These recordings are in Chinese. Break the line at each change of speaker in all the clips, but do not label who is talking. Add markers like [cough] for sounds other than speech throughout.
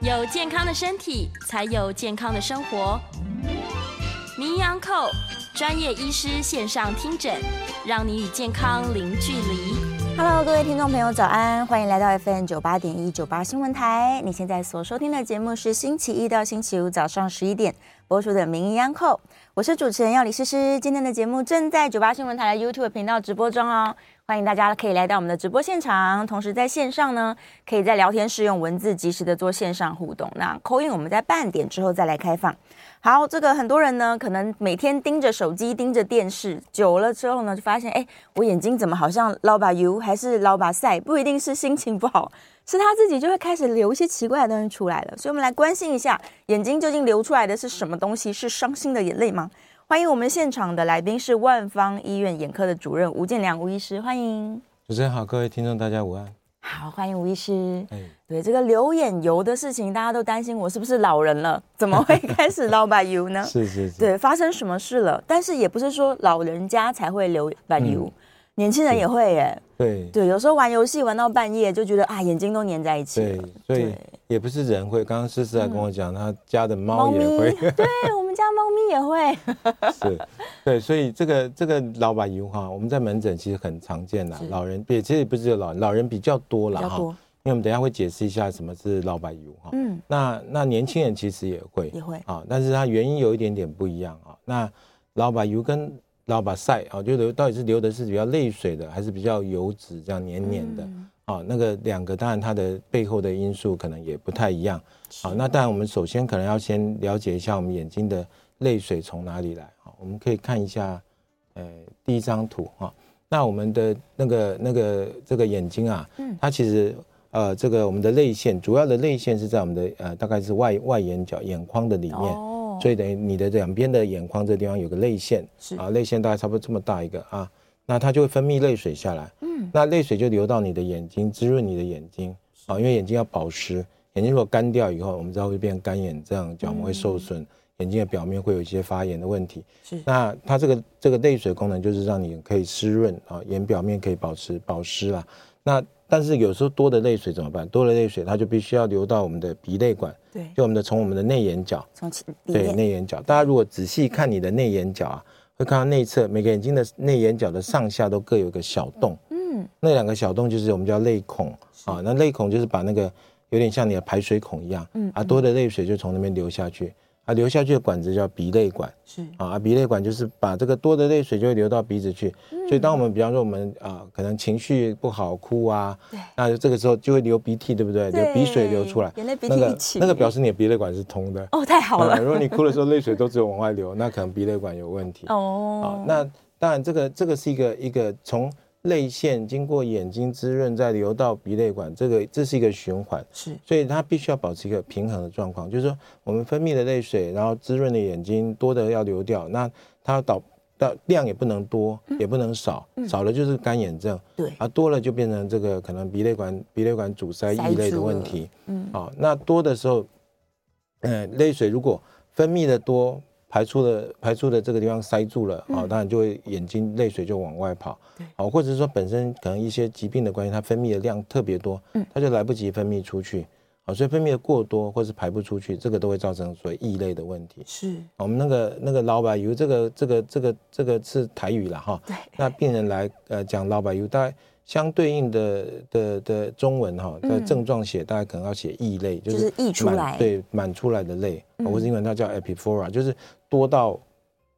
有健康的身体，才有健康的生活。名医昂扣专业医师线上听诊，让你与健康零距离。
Hello，各位听众朋友，早安！欢迎来到 FM 九八点一九八新闻台。你现在所收听的节目是星期一到星期五早上十一点播出的《名医央叩》，我是主持人要李诗诗。今天的节目正在九八新闻台的 YouTube 频道直播中哦，欢迎大家可以来到我们的直播现场，同时在线上呢，可以在聊天室用文字及时的做线上互动。那扣印我们在半点之后再来开放。好，这个很多人呢，可能每天盯着手机、盯着电视，久了之后呢，就发现，哎，我眼睛怎么好像老把油还是老把晒？不一定是心情不好，是他自己就会开始流一些奇怪的东西出来了。所以，我们来关心一下，眼睛究竟流出来的是什么东西？是伤心的眼泪吗？欢迎我们现场的来宾是万方医院眼科的主任吴建良吴医师，欢迎。
主持人好，各位听众大家午安。
好，欢迎吴医师。
哎，
对这个流眼油的事情，大家都担心我是不是老人了，怎么会 [laughs] 开始老把油呢？
是是是，
对，发生什么事了？但是也不是说老人家才会流板油，
嗯
年轻人也会耶。
对
对，有时候玩游戏玩到半夜就觉得啊，眼睛都粘在一起
对
了。，
所以也不是人会。刚刚思思还跟我讲，他家的
猫
猫
咪
也会，
对哎我们家猫咪也会。
[laughs] 是，对，所以这个这个老把油哈，我们在门诊其实很常见啦
是。
老人也其实也不是只有老 [laughs] 人，老人比较多啦
比较
哈。
多
因为我们等一下会解释一下什么是老把油哈。
嗯，
那那年轻人其实也会
也会
啊，但是它原因有一点点不一样啊。那老把油跟老把晒啊，就流到底是流的是比较泪水的，还是比较油脂这样黏黏的？啊，那个两个当然它的背后的因素可能也不太一样。好，那当然我们首先可能要先了解一下我们眼睛的泪水从哪里来。好，我们可以看一下，呃，第一张图哈、那我们的那个那个这个眼睛啊，它其实呃，这个我们的泪腺主要的泪腺是在我们的呃，大概是外外眼角眼眶的里面。
哦，
所以等于你的两边的眼眶这地方有个泪腺，
是
啊，泪腺大概差不多这么大一个啊，那它就会分泌泪水下来，嗯，那泪水就流到你的眼睛，滋润你的眼睛啊，因为眼睛要保湿，眼睛如果干掉以后，我们知道会变干眼症，角膜会受损，眼睛的表面会有一些发炎的问题。
是
那它这个这个泪水功能就是让你可以湿润啊，眼表面可以保持保湿啦。那但是有时候多的泪水怎么办？多的泪水它就必须要流到我们的鼻泪管，
对
就我们的从我们的内眼角。
从起里
对
面
内眼角，大家如果仔细看你的内眼角啊，会看到内侧每个眼睛的内眼角的上下都各有一个小洞，
嗯，
那两个小洞就是我们叫泪孔啊，那泪孔就是把那个有点像你的排水孔一样，
嗯
啊多的泪水就从那边流下去，啊流下去的管子叫鼻泪管，
是
啊，啊鼻泪管就是把这个多的泪水就会流到鼻子去，所以当我们比方说我们啊、可能情绪不好哭啊，
对
那就这个时候就会流鼻涕，对不对？
对
流鼻水流出来，
眼泪鼻涕
那
一
个
起
那个表示你的鼻泪管是通的。
哦，太好
嗯
了
如果你哭的时候泪水都只有往外流，那可能鼻泪管有问题。
哦
[laughs] 好，，那当然这个这个是一个一个从泪腺经过眼睛滋润，再流到鼻泪管，这个这是一个循环。
是
所以它必须要保持一个平衡的状况，就是说我们分泌的泪水，然后滋润的眼睛多的要流掉，那它导的量也不能多，也不能少，少了就是干眼症，
对
啊多了就变成这个可能鼻泪管鼻泪管阻塞
塞
异类的
住
问
了
题，嗯，好、那多的时候，嗯，泪水如果分泌的多。排出的排出的这个地方塞住了，
嗯
啊、当然就会眼睛泪水就往外跑，哦，或者是说本身可能一些疾病的关系，它分泌的量特别多，
嗯
它就来不及分泌出去，好、所以分泌的过多或是排不出去，这个都会造成所谓异类的问题。
是
我们那个那个老板油，这个这个这个这个是台语了哈。
对
那病人来呃讲老板油，大概相对应的的的中文哈，在症状写大概可能要写异类，
嗯
就
就是溢出
满
来嗯
对，满出来的泪，或是英文它叫 epiphora，就是多到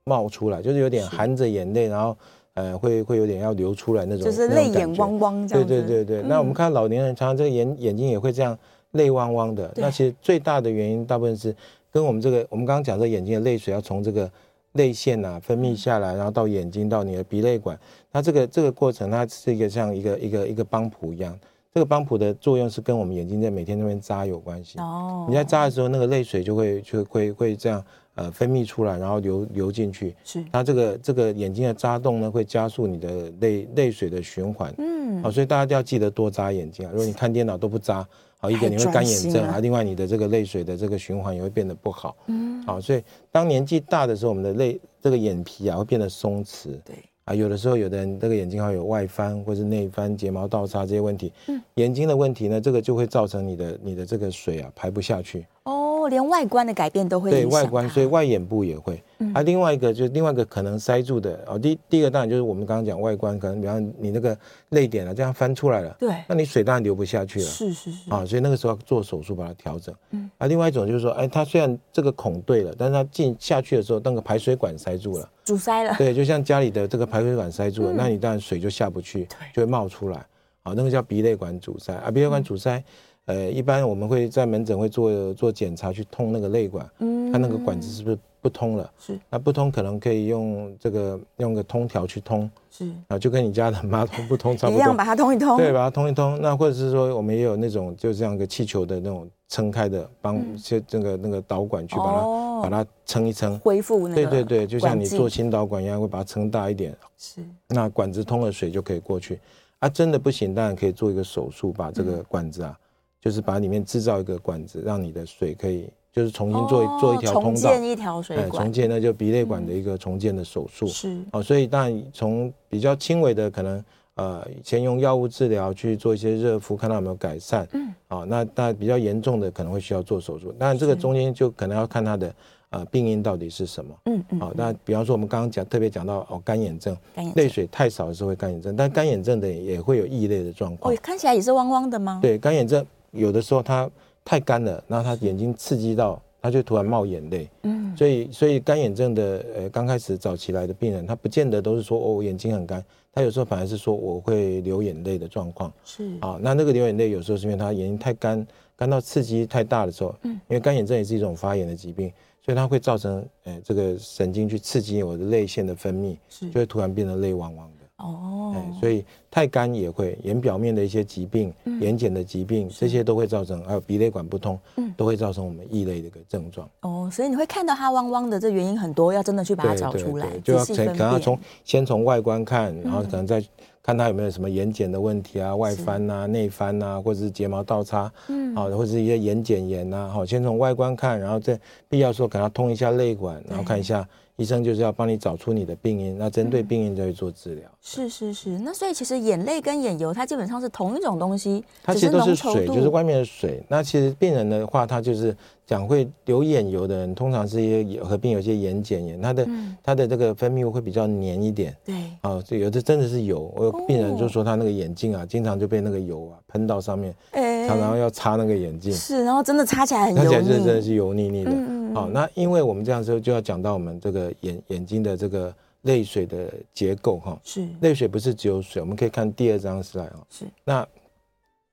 冒出来，就是有点含着眼泪，然后呃会会有点要流出来那种，
就是
那种
泪
感
眼
觉
汪汪这样子，嗯
对对对对，那我们看老年人常常这个眼眼睛也会这样泪汪汪的。
对
那其实最大的原因大部分是跟我们这个我们刚刚讲这眼睛的泪水要从这个泪腺啊分泌下
嗯
来，然后到眼睛到你的鼻泪管，那这个这个过程它是一个像一个一个一个帮浦一样。这个帮浦的作用是跟我们眼睛在每天那边扎有关系。
哦，
你在扎的时候，那个泪水就会就会会这样呃分泌出来，然后流流进去。
是
它这个这个眼睛的扎洞呢，会加速你的泪泪水的循环。
嗯
好、所以大家就要记得多扎眼睛啊。如果你看电脑都不扎，好、一
太
个你会
专
干
心
眼症
了
啊，另外你的这个泪水的这个循环也会变得不好。嗯，好、所以当年纪大的时候，我们的泪这个眼皮啊会变得松弛。
对
啊，有的时候有的人这个眼睛还有外翻或是内翻、睫毛倒插这些问题。
嗯
眼睛的问题呢，这个就会造成你的你的这个水啊排不下去。
哦，连外观的改变都会
对
影
外
响
观，
它嗯
所以外眼部也会。啊，另外一个就是另外一个可能塞住的哦，第第一个当然就是我们刚刚讲外观，可能比方你那个泪点啊这样翻出来了，
对
那你水当然流不下去了。
是是是，
啊，所以那个时候要做手术把它调整。嗯，啊，另外一种就是说，哎，它虽然这个孔对了，但是它进下去的时候，那个排水管塞
[laughs]
住了。
阻塞了，
对，就像家里的这个排水管塞
嗯
住了，那你当然水就下不去，就会冒出来。啊，那个叫鼻泪管阻塞啊，鼻泪
嗯
管阻塞，呃，一般我们会在门诊会做做检查去通那个泪管，
嗯
看那个管子是不是不通了。
是
那不通可能可以用这个用个通条去通
是，
啊，就跟你家的马桶不通差不
一
多。
样把它通一通，
对，把它通一通。那或者是说，我们也有那种就这样一个气球的那种撑开的，帮就这个那个导管去把它、
嗯哦
把它撑一撑。
恢复那
对
个
对对，就像
管
你
径
做心导管一样，会把它撑大一点，
是
那管子通了，水就可以过去。啊，真的不行，当然可以做一个手术，把这个管子
嗯
啊，就是把里面制造一个管子，让你的水可以就是重新做一、做一条
哦重
通道，
建一条水
哎重
管，嗯
建那就鼻泪管的一个重建的手术。
是
哦，所以当然从比较轻微的可能。呃，先用药物治疗去做一些热敷，看到有没有改善。嗯，好、那那比较严重的可能会需要做手术。当然，这个中间就可能要看它的呃病因到底是什么。
嗯嗯，
好、那比方说我们刚刚讲特别讲到哦干眼症，
干眼
泪水太少是会干眼症，但干眼症的也会有异类的状况
哦，。看起来也是汪汪的吗？
对，干眼症有的时候它太干了，然后它眼睛刺激到，它就突然冒眼泪。嗯，所以所以干眼症的呃刚开始早期来的病人，他不见得都是说哦我眼睛很干，他有时候反而是说我会流眼泪的状况。
是
啊，那那个流眼泪有时候是因为他眼睛太干，干到刺激太大的时候，嗯，因为干眼症也是一种发炎的疾病，所以它会造成呃这个神经去刺激我的泪腺的分泌，
是
就会突然变得泪汪汪的。
哦
哎，所以太干也会，眼表面的一些疾病、
嗯
眼睑的疾病，这些都会造成，还有鼻泪管不通，
嗯
都会造成我们异类的一个症状。
哦，所以你会看到它汪汪的，这原因很多，要真的去把它找出来，
就要
仔
可
细
能
分
可能要
辨嗯
从先从外观看，然后可能再看它有没有什么眼睑的问题啊、外翻啊、内翻啊，或者是睫毛倒插，嗯，好，或者是一些眼睑炎啊，好，先从外观看，然后再必要说给它通一下泪管，然后看一下医生就是要帮你找出你的病因，那针对
嗯
病因再去做治疗。
是是是，那所以其实眼泪跟眼油它基本上是同一种东西，
它
只
其实都
浓
是
稠
水，
度
就是外面的水。那其实病人的话，他就是讲会流眼油的人，通常是一些也合并有一些眼睑炎，他的、
嗯
他的这个分泌物会比较黏一点。
对，
啊，这有的真的是油，我有病人
哦
就说他那个眼镜啊，经常就被那个油啊喷到上面，
哎
常常要擦那个眼镜，
是，然后真的擦起来很
擦起
油
来就真的
腻，嗯
是油腻腻的。好，那因为我们这样说就要讲到我们这个眼眼睛的这个泪水的结构哈，
是
泪水不是只有水，我们可以看第二张slide 啊。
是
那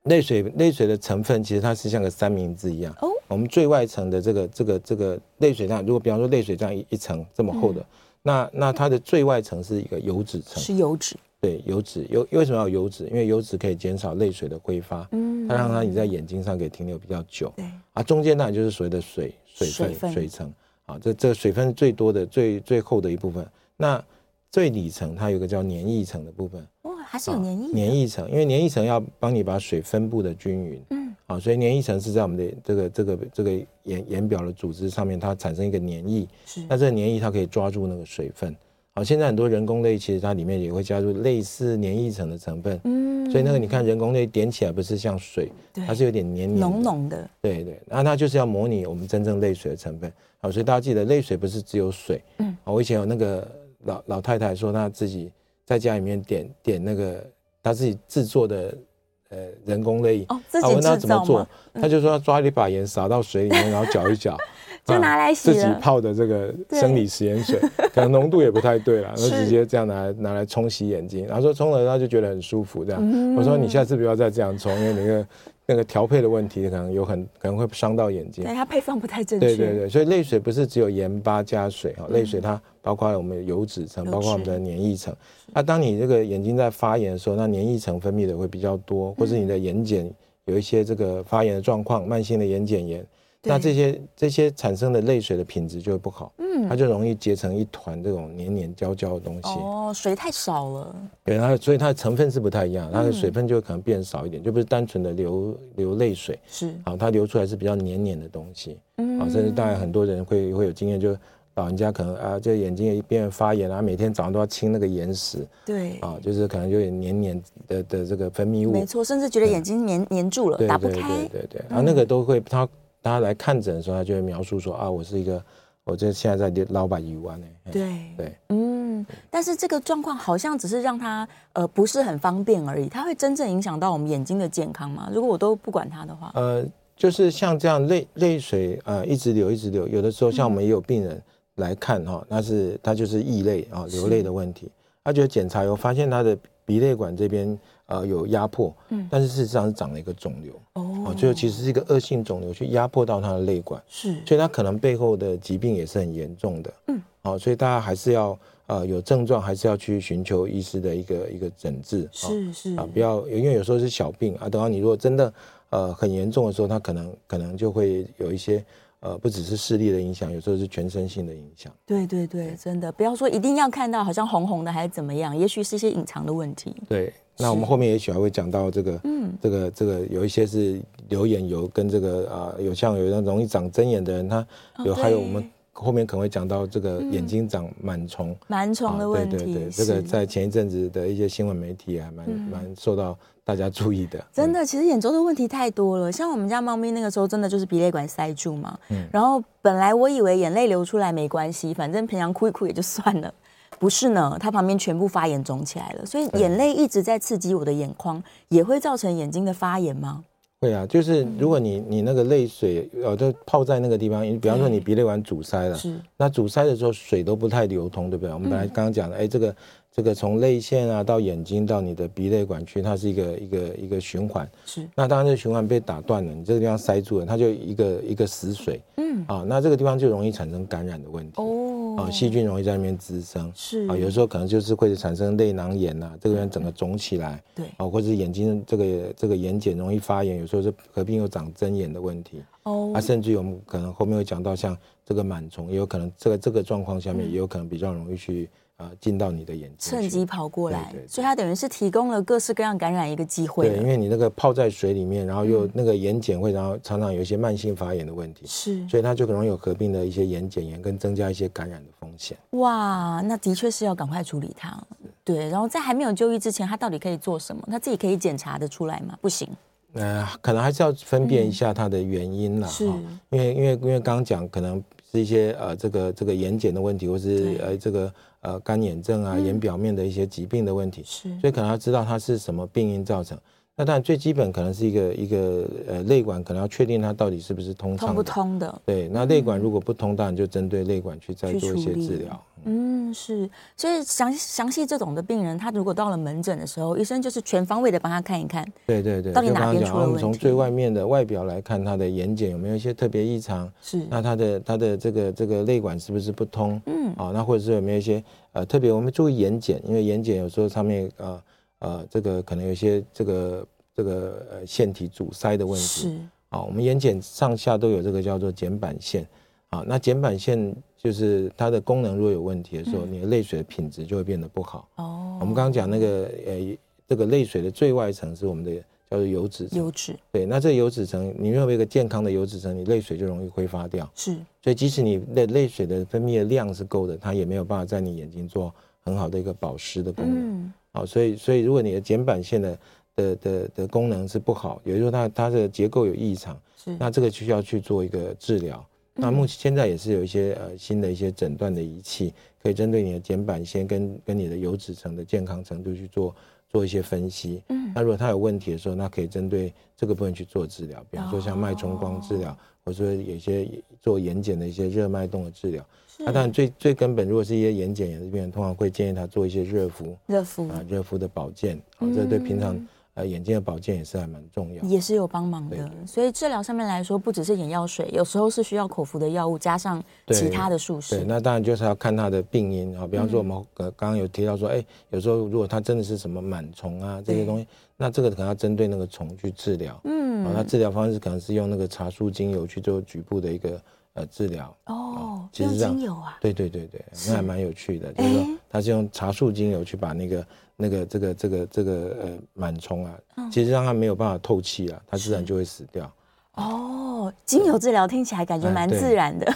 泪水泪水的成分其实它是像个三明治一样。
哦，
我们最外层的这个这个这个泪水上，如果比方说泪水这样一一层这么厚的，那那它的最外层是一个油脂
嗯
层。
是油脂，
对，油脂油为什么要有油脂？因为油脂可以减少泪水的挥发，
嗯
它让它你在眼睛上可以停留比较久。
对，
啊，中间当然就是所谓的水、水分、
水分
层啊，这这个水分是最多的、最最厚的一部分。那最里层它有个叫黏液层的部分，
哇，还是有黏液的，
黏啊液层，因为黏液层要帮你把水分布的均匀，嗯，啊，所以黏液层是在我们的这个这个这个眼眼表的组织上面，它产生一个黏液，
是
那这个黏液它可以抓住那个水分。好，现在很多人工泪其实它里面也会加入类似黏液层的成分，
嗯，
所以那个你看人工泪点起来不是像水，
对
它是有点黏黏的
浓，浓的，
对对，那它就是要模拟我们真正泪水的成分。好，所以大家记得泪水不是只有水，嗯，我以前有那个老老太太说她自己在家里面点点那个她自己制作的呃人工泪液，
哦自己
啊我问她
制
怎
造嗯
么做
吗，。
她就说她抓了一把盐撒到水里面，然后搅一搅
[laughs] 就
啊
拿来洗
自己
了
泡的这个
对
生理
[laughs]
食盐水，可能浓度也不太对了，然后
是
直接这样拿来拿来冲洗眼睛，然后说冲了，她就觉得很舒服。这
嗯
样，我说你下次不要再这样冲，因为你那个那个调配的问题可能有很可能会伤到眼睛
对，。它配方不太正确，
对对对，所以泪水不是只有盐巴加水哈，泪水它包括了我们的油脂层，
嗯油
包括我们的黏液层。那当你这个眼睛在发炎的时候，那黏液层分泌的会比较多，或是你
嗯
的眼睑有一些这个发炎的状况，慢性的眼睑炎，那
对
这些这些产生的泪水的品质就会不好，嗯，它就容易结成一团这种黏黏胶胶的东西。
哦，水太少了，
对，它所以它的成分是不太一样，它的
嗯
水分就可能变少一点，就不是单纯的流流泪水。
是嗯
好，它流出来是比较黏黏的东西，啊，甚至当然很多人会会有经验，就老人家可能啊，就眼睛也变发炎啊，每天早上都要清那个眼屎
对，
啊，就是可能有点黏黏的的这个分泌物
没，错，甚至觉得眼睛粘粘住了，
对
打
对
不
对
开嗯
对。对对，然后那个都会他他来看诊的时候，他就会描述说啊，我是一个我这现在在老板鱼湾呢，哎
对
对，
嗯，但是这个状况好像只是让他呃不是很方便而已，它会真正影响到我们眼睛的健康吗？如果我都不管它的话，
呃，就是像这样泪泪水呃一直流一直流，有的时
嗯
候像我们也有病人来看哈、那是他就是异类啊、流泪的问题，他觉得检查以后发现他的鼻泪管这边呃有压迫，
嗯
但是事实上是长了一个肿瘤哦
哦，
最后其实是一个恶性肿瘤去压迫到他的泪管，
是
所以他可能背后的疾病也是很严重的，
嗯，
哦，所以大家还是要呃有症状还是要去寻求医师的一个一个诊治，哦
是是
啊，不要，因为有时候是小病啊，等到你如果真的呃很严重的时候，它可能可能就会有一些呃不只是视力的影响，有时候是全身性的影响。
对对对，真的不要说一定要看到好像红红的还是怎么样，也许是一些隐藏的问题。
对，那我们后面也许还会讲到这个，嗯，这个这个有一些是流眼油跟这个啊、有像有那种容易长针眼的人，他有、还有我们
对
后面可能会讲到这个眼睛长嗯螨虫。
螨
啊，
虫的问题，
对对对，这个
是
在前一阵子的一些新闻媒体还蛮蛮受到大家注意的。
真
的，
的，其实眼周的问题太多了。像我们家猫咪那个时候，真的就是鼻泪管塞住嘛。
嗯
然后本来我以为眼泪流出来没关系，反正平常哭一哭也就算了。不是呢，它旁边全部发炎肿起来了，所以眼泪一直在刺激我的眼眶，也会造成眼睛的发炎吗？
会啊，就是
嗯
如果你你那个泪水呃，就泡在那个地方，比方说你鼻泪管阻塞了，
嗯是，嗯
那阻塞的时候水都不太流通，对不对？我们本来刚刚讲的，哎，这个这个从泪腺啊到眼睛到你的鼻泪管区，它是一个一个一个循环。
是，
那当然，这循环被打断了，你这个地方塞住了，它就一个一个死水
嗯，
啊，那这个地方就容易产生感染的问题
哦，
啊，细菌容易在那边滋生。
是
啊，有时候可能就是会产生泪囊炎呐、这个人整个肿起来，
对
啊，或者是眼睛这个这个眼睑容易发炎，有时候是合并有长针眼的问题，
哦
啊，，甚至于我们可能后面会讲到像这个螨虫，也有可能这个这个状况下面也有可能比较容易去啊、呃进到你的眼睛去，
趁机跑过来，
对对对
所以它等于是提供了各式各样感染一个机会
对，因
了。
为你那个泡在水里面，然后又那个眼睑会，然后常常有一些慢性发炎的问题，
是
所以它就可能有合并的一些眼睑炎，跟增加一些感染的风险。
哇，那的确是要赶快处理它。对，然后在还没有就医之前，他到底可以做什么？他自己可以检查的出来吗？不行，
呃，可能还是要分辨一下它的原因啦，
嗯是
哈因为因为因为刚刚讲可能是一些呃这个这个眼睑的问题，或
对嗯
是呃这个呃干眼症啊、眼表面的一些疾病的问题，
是
所以可能要知道它是什么病因造成。那当然最基本可能是一个一个呃泪管，可能要确定它到底是不是通畅
通
的
不通的。
对，那泪管如果不通，当然就针对泪管去再
去
做一
处
些
理
治疗。
嗯，是。所以详详细这种的病人，他如果到了门诊的时候，医生就是全方位的帮他看一看。
对对对，
到底
就
哪
刚刚
边
讲
出了
我们
问
从
题
最外面的外表来看，它的眼睑有没有一些特别异常？
是
那它的它的这个这个泪管是不是不通？
嗯，
啊，那或者是有没有一些呃特别我们注意眼睑，因为眼睑有时候上面呃呃这个可能有一些这个这个呃腺体阻塞的问题。
是
啊，我们眼睑上下都有这个叫做睑板腺啊，那睑板腺就是它的功能如果有问题的时候，你的泪水的品质就会变得不好。
嗯哦，
我们刚刚讲那个呃这个泪水的最外层是我们的叫做油脂层。
油脂
对，那这个油脂层，你没有一个健康的油脂层，你泪水就容易挥发掉。
是
所以即使你的泪水的分泌的量是够的，它也没有办法在你眼睛做很好的一个保湿的功能。
嗯
好、所以所以如果你的睑板腺的的的的功能是不好，也就是说它它的结构有异常，
是
那这个需要去做一个治疗。那目前现在也是有一些呃新的一些诊断的仪器，可以针对你的睑板腺跟跟你的油脂层的健康程度去做做一些分析。嗯，那如果它有问题的时候，那可以针对这个部分去做治疗，比方说像脉冲光治疗，或者说有一些做眼睑的一些热脉动的治疗。那当然最最根本，如果是一些眼睑炎的病人，通常会建议他做一些热敷
热敷
啊，热敷的保健，啊，这对平常呃眼睛的保健也是还蛮重要的。
也是有帮忙的
对。
所以治疗上面来说，不只是眼药水，有时候是需要口服的药物加上
对
其他的术
对，
式。
那当然就是要看它的病因啊，比方说我们呃刚刚有提到说，哎、有时候如果它真的是什么螨虫啊这些东西，那这个可能要针对那个虫去治疗。嗯，啊，那治疗方式可能是用那个茶树精油去做局部的一个呃治疗。
哦，
其实
用
这样
精油啊，
对对对对，那还蛮有趣的，
哎
就是说它是用茶树精油去把那个那个这个这个这个呃螨虫啊，
嗯
其实让它没有办法透气啊，它自然就会死掉。
哦，精油治疗听起来感觉
哎 [laughs]
蛮
对
自然的。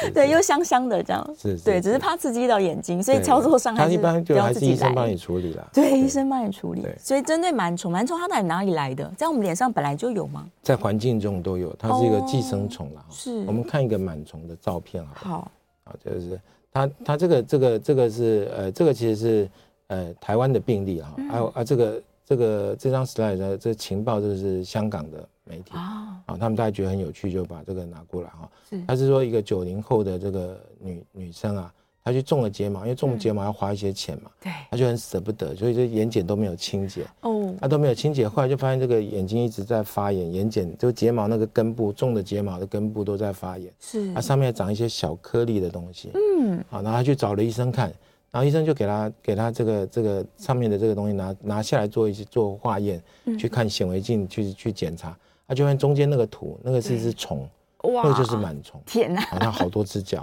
是
对，又香香的这样，
是是
对，
是
只是怕刺激到眼睛，所以操作上还
他
是
一般
不
就
要
还
自
是
己
医生帮
来
你。处理啦。
对，医生帮你处理
对。
所以针对螨虫，螨虫它到底哪里来的？在我们脸上本来就有吗？
在环境中都有，它是一个寄生虫啦。
是
哦我们看一个螨虫的照片好了
好，
啊，就是它它这个这个这个是呃这个其实是呃台湾的病例哈，还有啊这个这个这张 slide 呢，这情报就是香港的媒体啊，
啊，
他们大家觉得很有趣，就把这个拿过来哈
是。
他是说一个九零后的这个女女生啊，她去种了睫毛，因为种睫毛要花一些钱嘛，
对，
她就很舍不得，所以就眼睑都没有清洁，
哦，
她都没有清洁，后来就发现这个眼睛一直在发炎，眼睑就睫毛那个根部种的睫毛的根部都在发炎。
是
它，上面长一些小颗粒的东西。
嗯，
好，然后他去找了医生看，然后医生就给他给他这个这个上面的这个东西拿拿下来做一些做化验，
嗯
去看显微镜去去检查，他就发现中间那个图那个是一只虫，
哇
那个就是螨虫，
天哪，。
好像好多只脚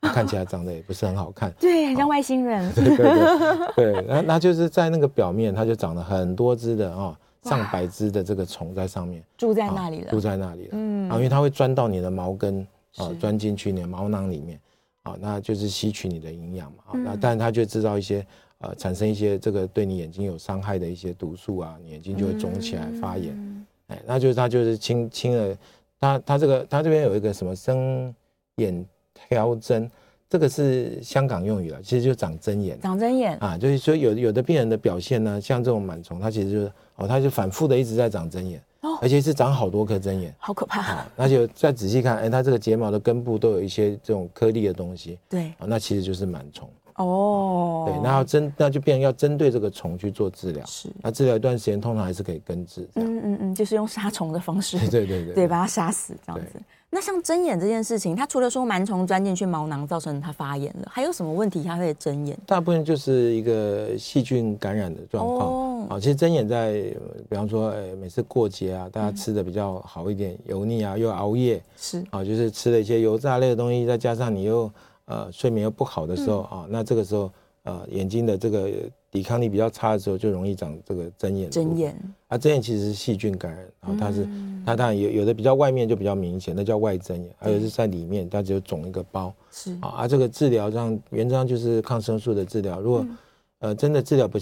哈，看起来长得也不是很好看
[laughs] 对，很像外星人，
对对对，对，那那就是在那个表面，它就长了很多只的啊、上百只的这个虫在上面。
住在
啊
那里了
住。在那里了。
嗯
嗯，啊，因为它会钻到你的毛根啊
是，
钻进去你的毛囊里面，啊，那就是吸取你的营养嘛。啊，那
嗯
但它就制造一些呃，产生一些这个对你眼睛有伤害的一些毒素啊，你眼睛就会肿起来发炎。
嗯
哎，那就是它就是清清了，它它这个它这边有一个什么生眼挑针，这个是香港用语了，其实就长针眼。
长针眼，
啊，就是说有有的病人的表现呢，像这种螨虫，它其实就是哦，它就反复的一直在长针眼，
哦
而且是长好多颗针眼。
好可怕。
啊，那就再仔细看，哎，它这个睫毛的根部都有一些这种颗粒的东西，
对，
啊，那其实就是螨虫。
哦，
对，那要针，那就变成要针对这个虫去做治疗。
是，
那治疗一段时间，通常还是可以根治。这样，
嗯嗯嗯，就是用杀虫的方式，
[laughs] 对对对对
嗯对，把它杀死这样子
对。
那像针眼这件事情，它除了说螨虫钻进去毛囊造成它发炎了，还有什么问题？它会针眼？
大部分就是一个细菌感染的状
哦
况。啊，其实针眼在，呃比方说，呃，每次过节啊，大家吃的比较好一点，油腻啊，又熬夜，
是
啊，就是吃了一些油炸类的东西，再加上你又呃睡眠又不好的时
嗯
候、啊，那这个时候呃眼睛的这个抵抗力比较差的时候，就容易长这个针眼。
针眼，嗯
啊，针眼其实是细菌感染，然后它是、它当然有有的比较外面就比较明显，那叫外针眼，还有是在里面它只有肿一个包。
是
啊，啊这个治疗上原则上就是抗生素的治疗，如果、
嗯
呃真的治疗不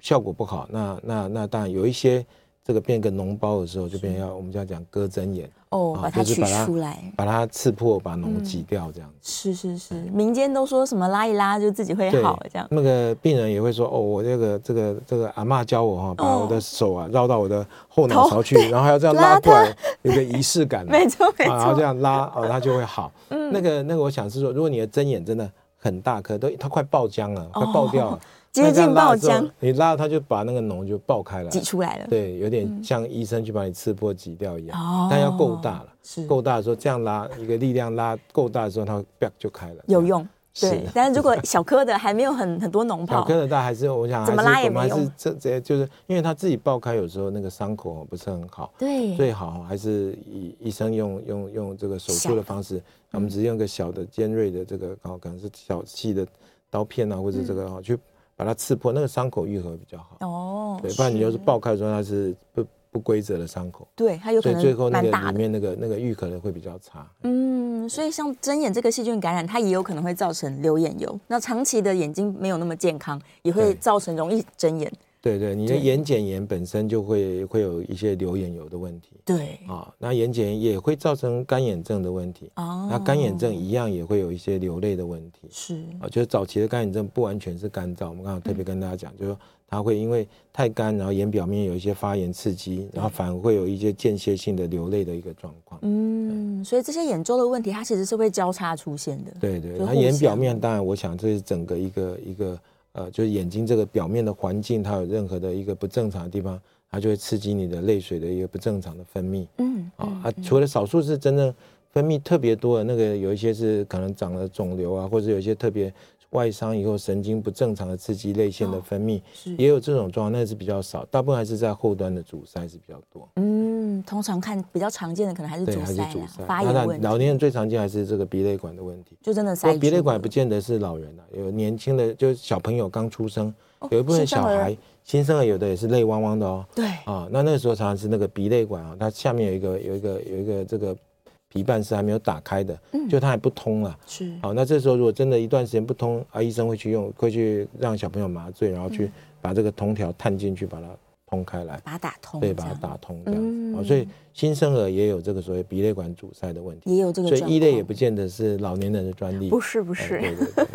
效果不好，那那那当然有一些。这个变个脓包的时候，就变成要我们叫讲割针眼，
哦，
啊
把它
就是
取
把它
出来。
把它刺破，把脓挤掉，这样子。
是是是，民间都说什么拉一拉就自己会嗯好这样。
那个病人也会说：“哦，我这个这个这个阿嬷教我
哦
哈，把我的手啊绕到我的后脑勺
[laughs]
去，然后还要这样拉过来，有个仪式感啊。
没错嗯没
啊然后这
错，
样拉哦，它就会好。那个那个，我想是说，如果你的针眼真的很大颗，都它快爆浆了，快爆掉了，
哦 [laughs] 接
那这样
近爆
拉的时候
浆，
你拉它就把那个脓就爆开了，
挤出来了。嗯
对，有点像医生去把你刺破挤掉一
哦
样，但要够大了。”
是
够大的时候，这样拉一个力量拉够大的时候，它啪就开了。
有用。
是
对，但是如果小颗的还没有很很多脓
小
泡
颗，的大还是我想
怎么拉
还
也
是我们还
没用
是这这就是因为他自己爆开，有时候那个伤口不是很好，
对，
最好还是以医生用用用这个手术的方式，我们只用个小的尖锐的这个哦，可能是小细的刀片啊，或者这个哦去把它刺破，那个伤口愈合比较好。
嗯哦，
对，不然你要是爆开的时候，它是不不规则的伤口，
对，它有
所
可
以最后
能蛮
那个
大
里
的。
面那个那个愈合的会比较差。
嗯，所以像针眼这个细菌感染，它也有可能会造成流眼油。那长期的眼睛没有那么健康，也会
对
造成容易针眼。
对对，你的
对
眼睑炎本身就会会有一些流眼油的问题。
对，
啊、那眼睑炎也会造成干眼症的问题。
哦
那干眼症一样也会有一些流泪的问题。
是
啊、就是早期的干眼症不完全是干燥，我们刚刚特
嗯
别跟大家讲，就是说它会因为太干，然后眼表面有一些发炎刺激，然后反而会有一些间歇性的流泪的一个状况。
嗯，所以这些眼周的问题，它其实是会交叉出现的。
对对，
就
那
互
眼表
相
面当然，我想这是整个一个一个呃，就是眼睛这个表面的环境，它有任何的一个不正常的地方，它就会刺激你的泪水的一个不正常的分泌。
嗯，
啊、啊，除了少数是真正分泌特别多的那个，有一些是可能长了肿瘤啊，或者有一些特别外伤以后神经不正常的刺激泪
哦
腺的分泌，
是
也有这种状况，那是比较少，大部分还是在后端的阻塞是比较多。
嗯，通常看比较常见的，可能还是
对，
阻
还是
塞
阻
啦
塞。
发
那
炎
当
问
然
题，
老年人最常见还是这个鼻泪管的问题。
就真的
不
塞
过鼻泪
住
管
了
不见得是老人啊，有年轻的，就是小朋友刚出生，
哦
有一部分
新生
小
儿
孩新生儿有的也是泪汪汪的哦。
对
啊啊，那那个时候常常是那个鼻泪管啊，它下面有一个有一个有一个这个皮瓣是还没有打开的，
嗯
就它还不通了。
是
好，那这时候如果真的一段时间不通啊，医生会去用，会去让小朋友麻醉，然后去把这个铜条探进去，把它通开来，
把它打嗯通，
对，把它
这样
打通这样子。
嗯
哦，所以新生儿也有这个所谓鼻泪管阻塞的问题，
也有这个
所
状
以
况。
一类也不见得是老年人的专利，
不是不
哎
是，
对对
[laughs]
对。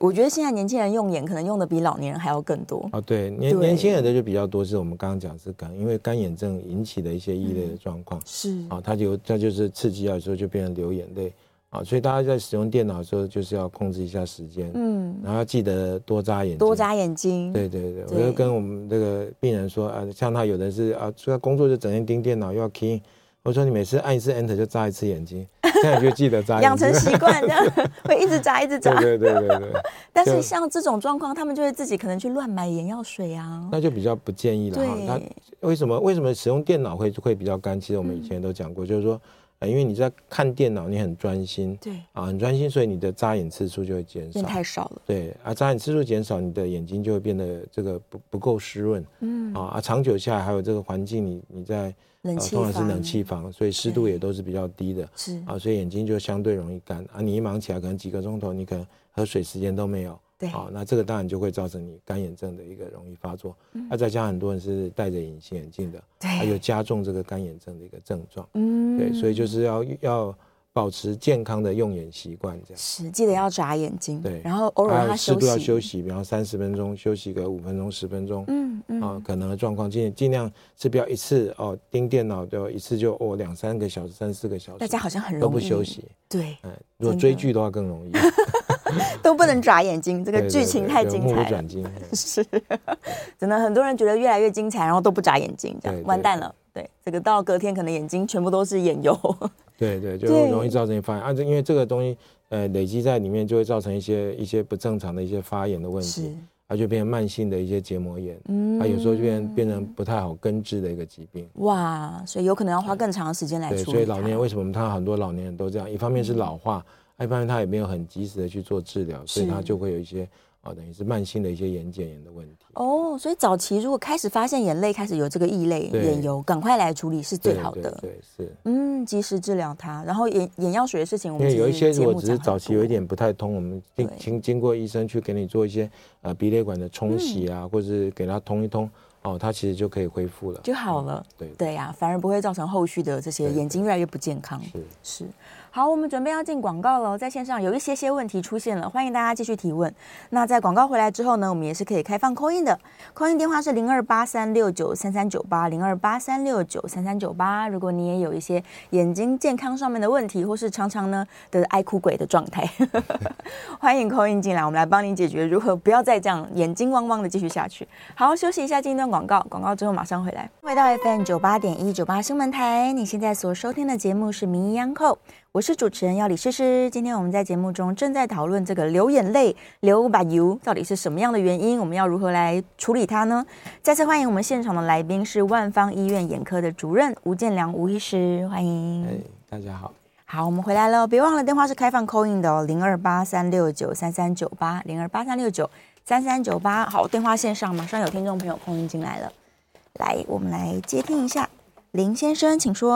我觉得现在年轻人用眼可能用的比老年人还要更多。
啊，对，年
对
年轻人的就比较多，是我们刚刚讲是肝，因为干眼症引起的一些异类的状况，
是
啊，它就它就是刺激到之后就变成流眼泪，啊，所以大家在使用电脑的时候就是要控制一下时间，
嗯，
然后要记得多眨眼睛，
多。眨眼睛，
对对对，
对
我就跟我们这个病人说，啊，像他有的是啊，除了工作就整天盯电脑，又要 key，我说你每次按一次 enter 就眨一次眼睛，这样你就记得眨眼
养
睛
成。习惯的， [laughs] 会一直眨一直
对
眨。
[laughs] 对对对对，
但是
就
像这种状况，他们就会自己可能去乱买眼药水啊。
那就比较不建议了哈。他
对，
为什么为什么使用电脑会会比较干？其实我
嗯
们以前都讲过，就是说，呃，因为你在看电脑，你很专心
对，
啊，很专心，所以你的眨眼次数就会减
变
少。
太少了。
对啊，眨眼次数减少，你的眼睛就会变得这个不不够湿润
嗯，
啊啊，长久下来还有这个环境，你你在
冷
呃
气
通常是
房
冷气房，所以湿度
对嗯
也都是比较低的
是
啊，所以眼睛就相对容易干啊。你一忙起来，可能几个钟头，你可能喝水时间都没有。
对
好、那这个当然就会造成你干眼症的一个容易发作。那、
嗯
再加上很多人是戴着隐形眼镜的，还有
对，
加重这个干眼症的一个症状。
嗯
对，所以就是要要保持健康的用眼习惯，这样。
是记得要眨眼睛，
对
然后偶
还
尔
有
他
适
休
度要
息，
休息，比方三十分钟休息个五分钟、十分钟。
嗯嗯，
啊，可能的状况尽尽量是不要一次哦盯电脑就一次就哦两三个小时、三四个小时，
大家好像很容易
都不休，息。 [laughs]
对，
哎，如果
真的
追剧的话更
[laughs]
容易，
都不能眨眼睛，这
对
个
对
剧情
对
太
就
精
目不
彩了 [laughs]
转。睛。
是，真的很多人觉得越来越精彩，然后都不眨眼睛，这
对
样
对
完蛋了。对，这个到隔天可能眼睛全部都是眼
[laughs]
油。
对对，就
对
容易造成发炎啊，这因为这个东西呃累积在里面，就会造成一些一些不正常的一些发炎的问
是
题，它就变成慢性的一些结膜炎，
嗯
它有时候就变变成不太好根治的一个疾病。
[laughs] 哇，所以有可能要花更长的时间来
对，
处
所
理
以老
它嗯
年人为什么我们看到很多老年人都这样？一方面是老化，一方面他也没有很及时的去做治疗，所以
是
他就会有一些啊、等于是慢性的一些眼睑炎的问题。
哦，所以早期如果开始发现眼泪开始有这个异类
对
眼油，赶快来处理是最
对
好的。
对对是。
嗯，及时治疗它，然后眼眼药水的事情，我
因
们
为有一
其实
些如
节
果
目
只是
讲很
早期有
多
一点不太通，我们经
对
经经过医生去给你做一些呃鼻泪管的冲洗
嗯
啊，或者是给它通一通，哦，它其实就可以恢复了。
就好了。
嗯对
对呀、反而不会造成后续的这些
对
眼睛越来越不健康。
是
是，好，我们准备要进广告了，在线上有一些些问题出现了，欢迎大家继续提问。那在广告回来之后呢，我们也是可以开放 call in 的，call in 电话是零二八三六九三三九八零二八三六九三三九八。如果你也有一些眼睛健康上面的问题，或是常常呢的爱哭鬼的状态， [laughs] 欢迎 call in 进来，我们来帮你解决如何不要再这样眼睛汪汪的继续下去。好，休息一下，进一段广告，广告之后马上回来。回到 FM 九八点一九八新闻台，你现在所收听的节目是《名医央叩》，我是主持人要李诗诗。今天我们在节目中正在讨论这个流眼泪、流把油到底是什么样的原因，我们要如何来处理它呢？再次欢迎我们现场的来宾是万方医院眼科的主任吴建良吴医师，欢迎。
哎，大家好，
好，我们回来了，别忘了电话是开放 call in 的哦，零二八三六九三三九八，零二八三六九三三九八。好，电话线上马上有听众朋友 call in 进来了，来，我们来接听一下林先生，请说。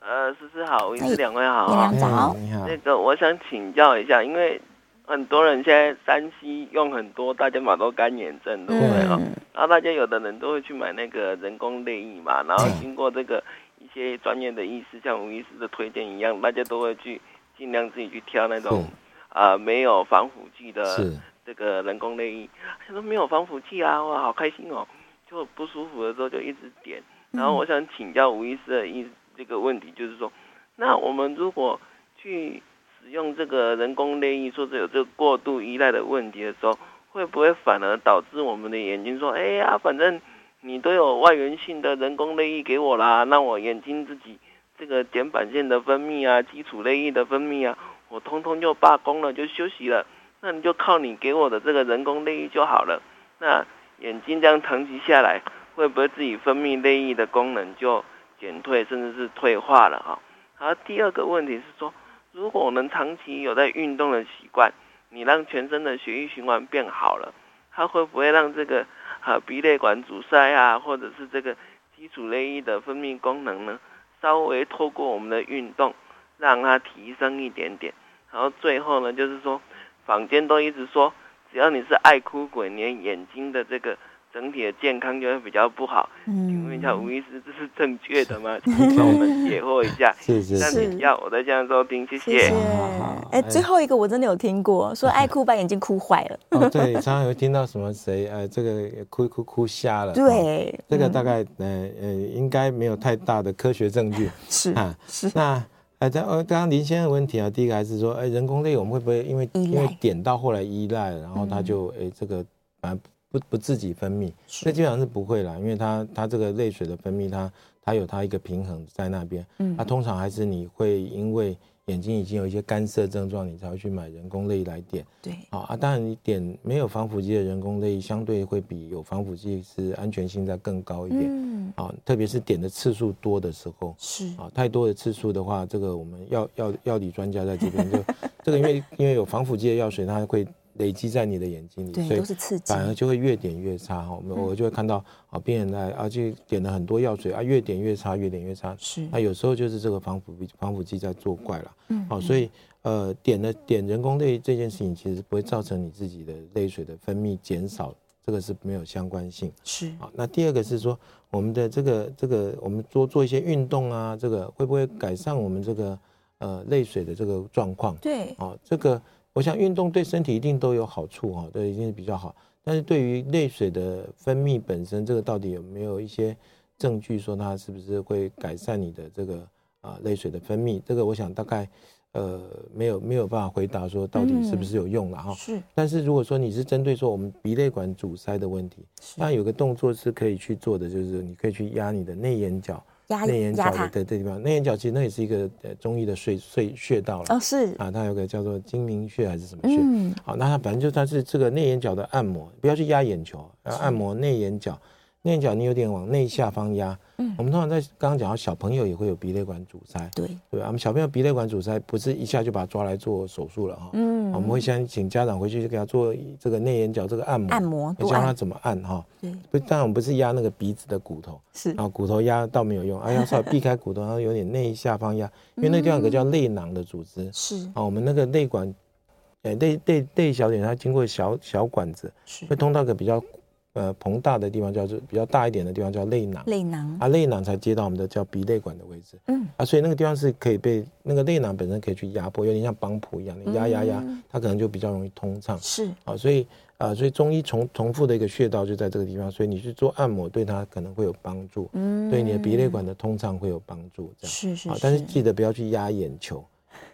呃，思思好，云
哎
是两位好
你
啊
好。早
哎你好
那，个，我想请教一下，因为很多人现在三 C 用很多，大家买到干眼症，对不对啊？
嗯，
然后大家有的人都会去买那个人工泪液嘛，然后
对
经过这个一些专业的医师，像吴医师的推荐一样，大家都会去尽量自己去挑那种
是
啊、呃没有防腐剂的
是
这个人工泪液，他说没有防腐剂啊，哇，好开心哦！就不舒服的时候就一直点。然后我想请教吴医师的医这个问题，就是说，那我们如果去使用这个人工泪液，说是有这个过度依赖的问题的时候，会不会反而导致我们的眼睛说，哎呀，反正你都有外源性的人工泪液给我啦，那我眼睛自己这个睑板腺的分泌啊，基础泪液的分泌啊，我通通就罢工了，就休息了。那你就靠你给我的这个人工泪液就好了。那眼睛这样长期下来，会不会自己分泌泪液的功能就减退，甚至是退化了啊？然后第二个问题是说，如果我们长期有在运动的习惯，你让全身的血液循环变好了，它会不会让这个啊鼻泪管阻塞啊，或者是这个基础泪液的分泌功能呢，稍微透过我们的运动让它提升一点点。然后最后呢，就是说坊间都一直说，只要你是爱哭鬼，你的眼睛的这个整体的健康就会比较不好。请问一下吴医师，这是正确的吗？请帮我们解惑一下。
是是
那
是，
请要我在线收听，谢
谢谢
谢。
好好好。
哎，最后一个我真的有听过，说爱哭把眼睛哭坏了。
哦，对，常常有听到什么谁呃，这个哭哭哭瞎了，哦
对，
这个大概呃呃应该没有太大的科学证
[laughs]
据
是
啊。
是，
那呃，在呃刚刚林先生的问题啊，第一个还是说，哎，人工泪我们会不会因为
依
因
赖嗯
为点到后来依赖，然后它就哎这个反而不不自己分泌，所以基本上是不会啦，因为它它这个泪水的分泌，它它有它一个平衡在那边。
嗯
它通常还是你会因为眼睛已经有一些干涩症状，你才会去买人工泪来点。
对，
好啊，当然你点没有防腐剂的人工泪，相对会比有防腐剂是安全性再更高一点。
嗯，
啊，特别是点的次数多的时候，
是，
啊，太多的次数的话，这个我们药药药理专家在这边就 [laughs] 这个，因为因为有防腐剂的药水，它会累积在你的眼睛里，
对，
所以
都是嗯刺激，
反而就会越点越差哦哈。我们我就会看到啊，病人来啊，就点了很多药水啊，越点越差，越点越差，
是
那有时候就是这个防腐剂防腐剂在作怪了，
嗯
好、所以呃点了点人工泪这件事情，其实不会造成你自己的泪水的分泌减少，这个是没有相关性。
是，
好，那第二个是说我们的这个这个我们多做一些运动啊，这个会不会改善我们这个呃泪水的这个状况？
对，
哦，这个我想运动对身体一定都有好处哈、哦，对，一定是比较好。但是对于泪水的分泌本身，这个到底有没有一些证据说它是不是会改善你的这个啊、泪水的分泌？这个我想大概呃没有没有办法回答说到底
嗯
是不是有用了哈、
是
但是如果说你是针对说我们鼻泪管阻塞的问题，那有个动作是可以去做的，就是你可以去压你的内眼角，
压
内眼
压
角
它
的，这地方，内眼角其实那也是一个呃中医的穴穴穴道了。
哦，是，
啊，它有个叫做睛明穴还是什么穴？
嗯，
好，那它反正就它是这个内眼角的按摩，不要去压眼球，要按摩内眼角。内眼角你有点往内下方压。嗯，我们通常在刚刚讲到小朋友也会有鼻泪管阻塞，
对，
对吧？我们小朋友鼻泪管阻塞不是一下就把他抓来做手术了哈。
嗯
我们会先请家长回去就给他做这个内眼角这个按摩，
按摩
教
多
他
按，
怎么按哈。
对，
不，当然我们不是压那个鼻子的骨头，
是
啊，骨头压倒没有用，啊，要稍微避开骨头，然后有点内下方压，因为那个地方有个叫泪囊的组织，
是
啊，我们那个泪管，呃，泪泪泪小点，它经过小小管子，
是
会通到个比较呃膨大的地方，叫做比较大一点的地方叫泪囊，
泪囊，
啊，泪囊才接到我们的叫鼻泪管的位置，
嗯，
啊，所以那个地方是可以被那个泪囊本身可以去压迫，有点像帮浦一样，你压压压，它可能就比较容易通畅。
嗯是
啊，所以啊、呃所以中医重重复的一个穴道就在这个地方，所以你去做按摩，对它可能会有帮助，
嗯
对你的鼻泪管的通畅会有帮助，这样
是是
啊，但是
是
记得不要去压眼球，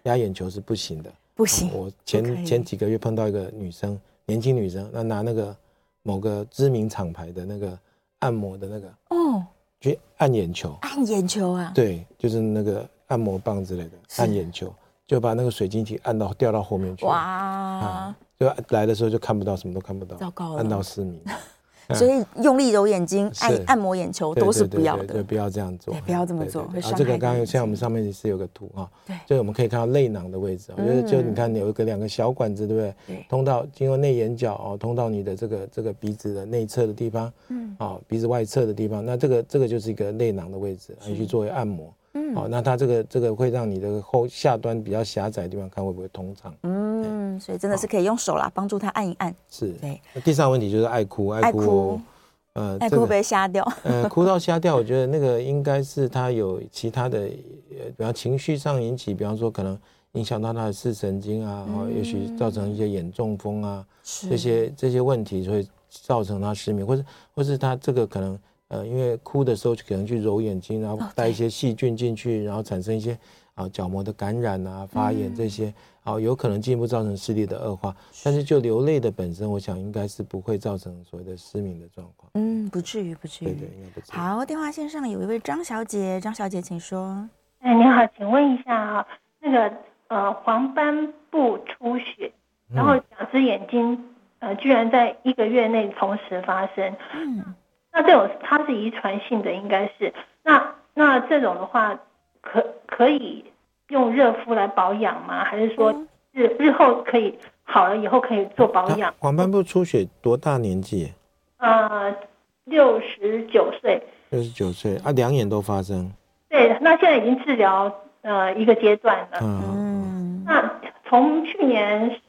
压眼球是不行的。
不行，
我
可以
前前几个月碰到一个女生，年轻女生，那拿那个某个知名厂牌的那个按摩的那个
哦，
去按眼球，
按眼球啊，
对，就是那个按摩棒之类的，按眼球就把那个水晶体按到掉到后面去了，
哇
啊，，就来的时候就看不到，什么都看不到，
糟糕了
按到失明，啊
所以用力揉眼睛、
是
按按摩眼球
对
都是
对对
不要
对对
的，
不要这样做
对，不要这么
对对
做
对
会
啊
伤，
这个
害
刚
到
刚
眼
像我们
睛
上面是有个图哈，
对嗯
所以我们可以看到泪囊的位置，我觉得就你看有一个两个小管子，对不
对
对？通到经过内眼角哦，通到你的这个这个鼻子的内侧的地方，嗯，哦，鼻子外侧的地方，那这个这个就是一个泪囊的位置，你去作为按摩。嗯，哦，那它这个这个会让你的后下端比较狭窄的地方看会不会通畅？
嗯，所以真的是可以用手啦帮助他按一按，
是。
对，
那第三个问题就是爱哭，
爱
爱哭
哭
哦，呃
哎，
这
会不
个
会吓掉？
[laughs] 呃，哭到瞎掉，我觉得那个应该是他有其他的，呃，比方情绪上引起，比方说可能影响到他的视神经啊，哦，也许造成一些眼中风啊，这些这些问题，所以造成他失明，或者或是他这个可能，呃，因为哭的时候可能去揉眼睛，然后带一些细菌进去，然后产生一些啊角膜的感染啊、发炎这些，啊，有可能进一步造成视力的恶化。但是就流泪的本身，我想应该是不会造成所谓的失明的状况。
嗯，不至于，不至
对对，
于。
应该不至
嗯
于。
好，电话线上有一位张小姐，张小姐，请说。
哎，你好，请问一下哈、那个呃黄斑部出血，然后两只眼睛呃居然在一个月内同时发生，
嗯，
那这种它是遗传性的，应该是那那这种的话，可可以用热敷来保养吗？还是
嗯
说日日后可以好了以后可以做保
那
养？
黄斑部出血多大年纪？
呃，六十九岁，
六十九岁啊，两眼都发生。
对，那现在已经治疗呃一个阶段了。
嗯，
嗯
那从去年十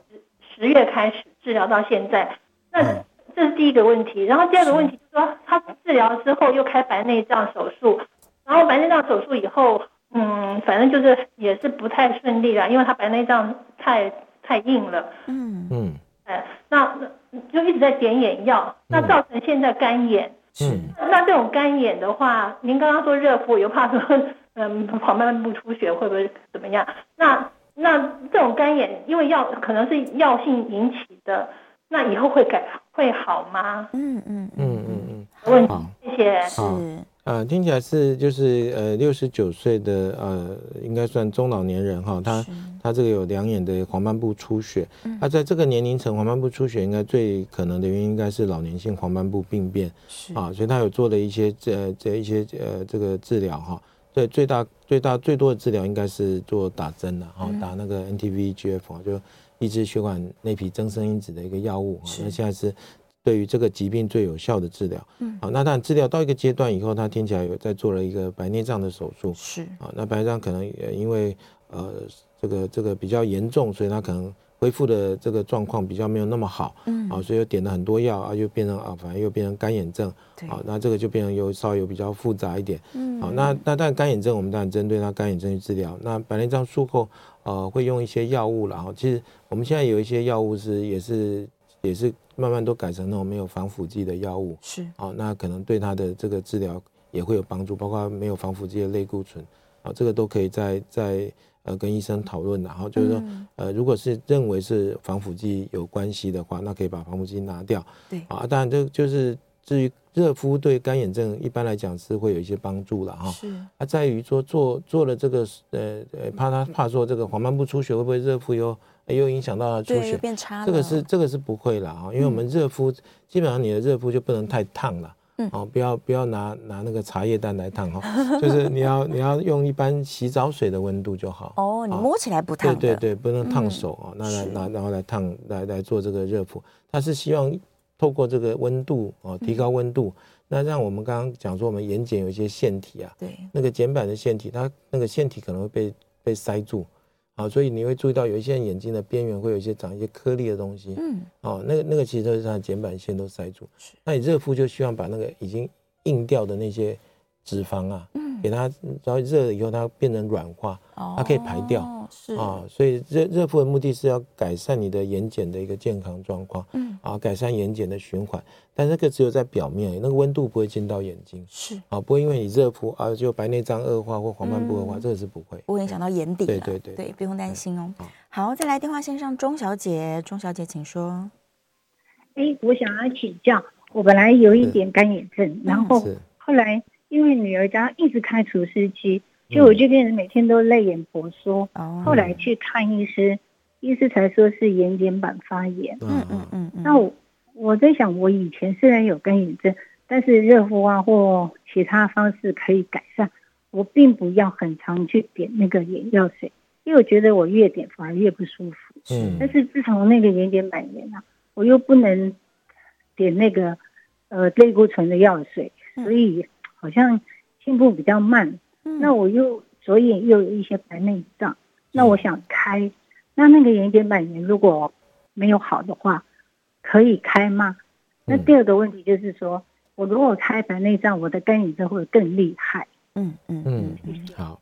十月开始治疗到现在，那
嗯
这是第一个问题。然后第二个问题就是说，他治疗之后又开白内障手术，然后白内障手术以后，嗯，反正就是也是不太顺利啦，因为他白内障太太硬了，
嗯
嗯，
哎，那那就一直在点眼药，那造成现在干眼。
是
嗯
那这种干眼的话，您刚刚说热敷，我又怕说， [laughs] 嗯，跑慢慢不出血会不会怎么样？那那这种干眼，因为药可能是药性引起的，那以后会改会好吗？
嗯嗯
嗯嗯嗯，
问
好。
谢谢。
好
是
呃，听起来是就是呃六十九岁的呃，应该算中老年人哈，他
是
他这个有两眼的黄斑部出血，那、在这个年龄层黄斑部出血应该最可能的原因应该是老年性黄斑部病变
是
啊，所以他有做了一些这这一些呃这个治疗哈，对最大最大最多的治疗应该是做打针了
嗯
哈，打那个 NTVEGF 啊就抑制血管内皮增生因子的一个药物啊，
是
那现在是对于这个疾病最有效的治疗。
嗯
好，那当然治疗到一个阶段以后，他听起来有在做了一个白内障的手术
是
啊。那白内障可能也因为呃这个这个比较严重，所以他可能恢复的这个状况比较没有那么好，
嗯
啊，所以又点了很多药啊，又变成啊，反正又变成干眼症，
对
啊，那这个就变成有稍微有比较复杂一点。
嗯
好，那那但干眼症我们当然针对它干眼症去治疗。那白内障术后，呃，会用一些药物啦。哈，其实我们现在有一些药物是也是也是慢慢都改成那种没有防腐剂的药物。
是
好、啊那可能对他的这个治疗也会有帮助，包括没有防腐剂的类固醇，啊、这个都可以在在呃跟医生讨论的，然后就是说、
嗯
呃，如果是认为是防腐剂有关系的话，那可以把防腐剂拿掉，
对
啊，当然这就是至于热敷对干眼症一般来讲是会有一些帮助了哈。
是
啊，在于说做做了这个呃呃，怕他怕说这个黄斑部出血会不会热敷又哎又影响到他的出
对又
血，
变差了，
这个是这个是不会啦啊，因为我们热敷、基本上你的热敷就不能太烫了。
嗯
哦，不要不要拿拿那个茶叶蛋来烫哈、哦，就是你要你要用一般洗澡水的温度就好。
哦，你
啊
摸起来不烫
对
的，嗯
对对，不能烫手啊、哦，那来
是
拿然后来烫来来做这个热敷，它是希望透过这个温度哦，提
嗯
高温度，那让我们刚刚讲说我们眼睑有一些腺体啊，
对
那个睑板的腺体，它那个腺体可能会被被塞住，啊，所以你会注意到有一些人眼睛的边缘会有一些长一些颗粒的东西，
嗯
哦，那个那个其实就是它的睑板腺都塞住
是。
那你热敷就希望把那个已经硬掉的那些脂肪啊，
嗯
给它，然后热了以后它变成软化
哦
它可以排掉
是
啊，所以热热敷的目的是要改善你的眼睑的一个健康状况，
嗯
啊，改善眼睑的循环，但那个只有在表面而已，那个温度不会进到眼睛。
是
啊，不会因为你热敷啊就白内障恶化或黄斑部
嗯
恶化，这个是不会。
不会影响到眼底
对
啦
对对啊
对，不用担心哦。好，再来电话线上钟小姐，钟小姐请说。
哎，我想要请教，我本来有一点干眼症，然后
是
后来因为女儿家一直开除湿机，就我就变成每天都泪眼婆娑。
哦，
后来去看医师，医师才说是眼睑板发炎。
嗯嗯嗯嗯，
那我我在想，我以前虽然有干眼症，但是热敷啊或其他方式可以改善，我并不要很常去点那个眼药水，因为我觉得我越点反而越不舒服。
嗯
但是自从那个眼睑板炎啊，我又不能点那个呃类固醇的药水，
嗯
所以好像进步比较慢。
嗯
那我又左眼又有一些白内障，那我想开，那那个眼睑板炎如果没有好的话，可以开吗？那
嗯
第二个问题就是说，我如果开白内障，我的干眼症会更厉害。
嗯嗯嗯
嗯嗯，好，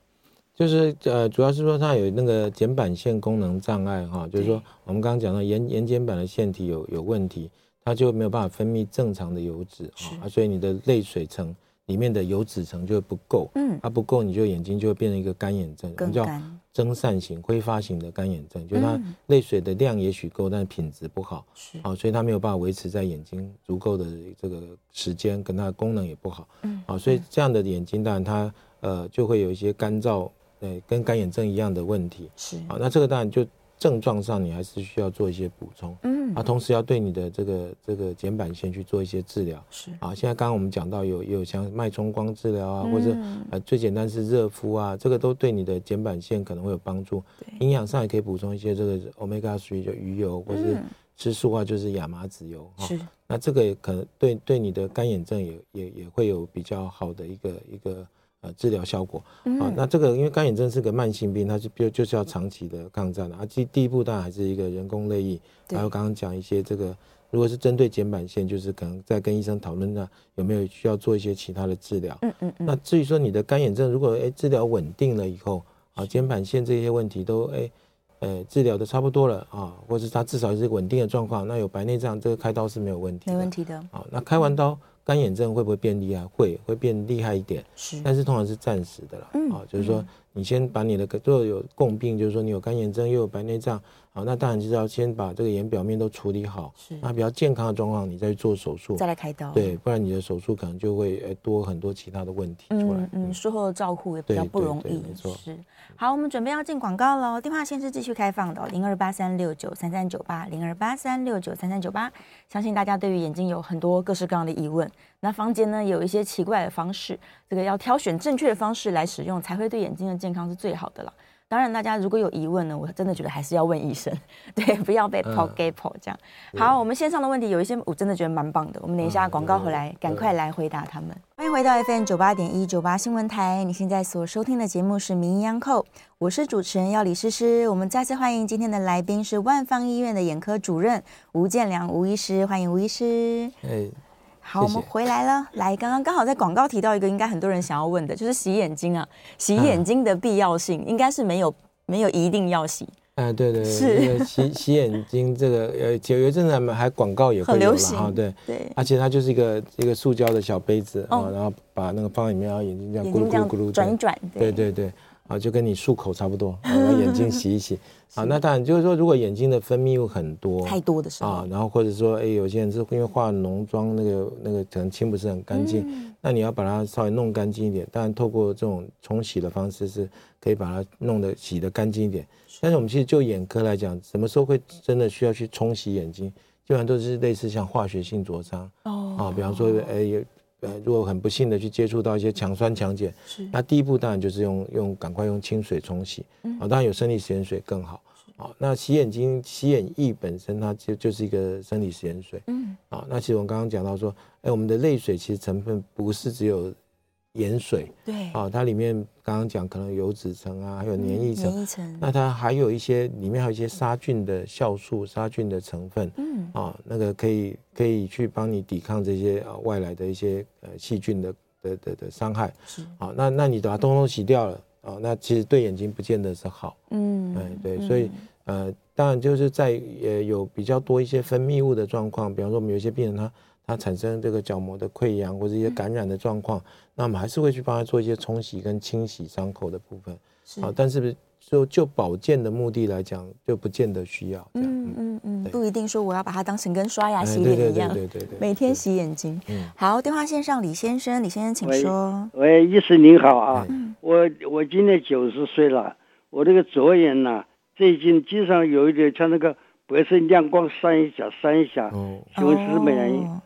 就是呃，主要是说它有那个睑板腺功能障碍哈，就是说我们刚刚讲到眼眼睑板的腺体有有问题，它就没有办法分泌正常的油脂
是
啊，所以你的泪水层里面的油脂层就会不够，
嗯
它不够你就眼睛就会变成一个干眼症，我
更
们叫
干
蒸散型、挥发型的干眼症，就是它
嗯
泪水的量也许够，但是品质不好。
是
啊，所以它没有办法维持在眼睛足够的这个时间，跟它的功能也不好，
嗯
啊，所以这样的眼睛当然它呃就会有一些干燥，呃，跟干眼症一样的问题，
是
啊，那这个当然就症状上你还是需要做一些补充，
嗯
啊，同时要对你的这个这个睑板腺去做一些治疗，
是
啊，现在刚刚我们讲到有也有像脉冲光治疗啊，
嗯
或者呃最简单是热敷啊，这个都对你的睑板腺可能会有帮助。
对
营养上也可以补充一些这个 omega three 就鱼油，或是
嗯
吃素啊就是亚麻籽油哦哈、
是
那这个也可能对对你的干眼症也也也会有比较好的一个一个呃治疗效果。啊，那这个因为干眼症是个慢性病，它就就就是要长期的抗战的。啊，第第一步当然还是一个人工泪液，
对
还有刚刚讲一些这个，如果是针对睑板腺，就是可能在跟医生讨论那有没有需要做一些其他的治疗。
嗯嗯嗯，
那至于说你的干眼症，如果哎治疗稳定了以后啊，睑板腺这些问题都哎呃治疗的差不多了啊，或是它至少是稳定的状况，那有白内障这个开刀是没有问题的。啊
没问。题的，
好，那开完刀干眼症会不会变厉害？会，会变厉害一点。
是，
但是通常是暂时的啦。
嗯
啊，就是说你先把你的如果有共病，就是说你有干眼症又有白内障，好，那当然就是要先把这个眼表面都处理好
是，
那比较健康的状况，你再去做手术
再。来开刀，
对，不然你的手术可能就会呃多很多其他的问题出来
嗯。嗯，术后照护也比
对
较不
对
容
对
易，
没错
是。好，我们准备要进广告喽，电话线是继续开放的，零二八三六九三三九八，零二八三六九三三九八。相信大家对于眼睛有很多各式各样的疑问，那坊间呢有一些奇怪的方式，这个要挑选正确的方式来使用，才会对眼睛的健康是最好的啦。当然，大家如果有疑问呢，我真的觉得还是要问医生， [laughs] 对，不要被抛
嗯
给抛这样。好，我们线上的问题有一些我真的觉得蛮棒的，我们等一下
嗯
广告
对
回来，赶
对
快来回答他
嗯
们。欢迎回到 FM 九八点一九八新闻台，你现在所收听的节目是《名医央叩》，我是主持人要李诗诗。我们再次欢迎今天的来宾是万方医院的眼科主任吴建良吴医师，欢迎吴医师。
哎，
好，
谢
我
谢
们回来了。来，刚刚刚好在广告提到一个，应该很多人想要问的，就是洗眼睛啊，洗眼睛的必要性，应该是没有没有一定要洗，
哎，对对，
是
这个洗 [laughs] 洗眼睛这个呃，有有一阵子还蛮还广告也会
很
有
流
了
行
哈，对。
对，
而且它就是一个一个塑胶的小杯子啊、
哦
然后把那个放里面，然后眼睛这样
眼
咕噜
睛这
啊咕噜咕噜
样转一转，
对对对，啊，就跟你漱口差
[laughs]
不多，啊然后眼睛洗一洗啊。那当然就是说，如果眼睛的分泌物很多
太多的时
啊
候，，
然后或者说，哎，有些人是因为化浓妆，那个那个可能清不是很干净，
嗯
那你要把它稍微弄干净一点。当然，透过这种冲洗的方式，是可以把它弄得洗得干净一点。但是我们其实就眼科来讲，什么时候会真的需要去冲洗眼睛？基本上都是类似像化学性灼伤
哦
啊，比方说，哎，有呃，如果很不幸的去接触到一些强酸强碱，那第一步当然就是用用赶快用清水冲洗，
嗯
啊、当然有生理盐水更好。啊、那洗眼睛、洗眼液本身它就就是一个生理盐水。嗯，啊、那其实我们刚刚讲到说，哎，我们的泪水其实成分不是只有盐水，
对，
啊、它里面刚刚讲可能有脂层啊，还有
嗯
黏液层，
黏一层，
那它还有一些里面还有一些杀菌的酵素、杀菌的成分，
嗯，
啊，那个可以可以去帮你抵抗这些啊外来的一些呃细菌的的的的伤害。
是，
啊，那那你把它通通洗掉了啊，那其实对眼睛不见得是好。
嗯，
哎，对，所以呃，当然就是在呃有比较多一些分泌物的状况，比方说我们有一些病人他他产生这个角膜的溃疡或者一些感染的状况，那我们还是会去帮他做一些冲洗跟清洗伤口的部分。
是
啊，但是不是就就保健的目的来讲，就不见得需要这样。
嗯嗯嗯，
对
不一定说我要把它当成跟刷牙、
哎
洗
对
脸
对
一
对
样，
对对对，
每天洗眼睛。
嗯
好，电话线上李先生，李先生请
喂
说。
喂，医师您好啊
哎，
嗯
我我今年九十岁了，我这个左眼呐、最近经常有一点像那个白色亮光闪一下闪一下，
哦。
求师美人
哦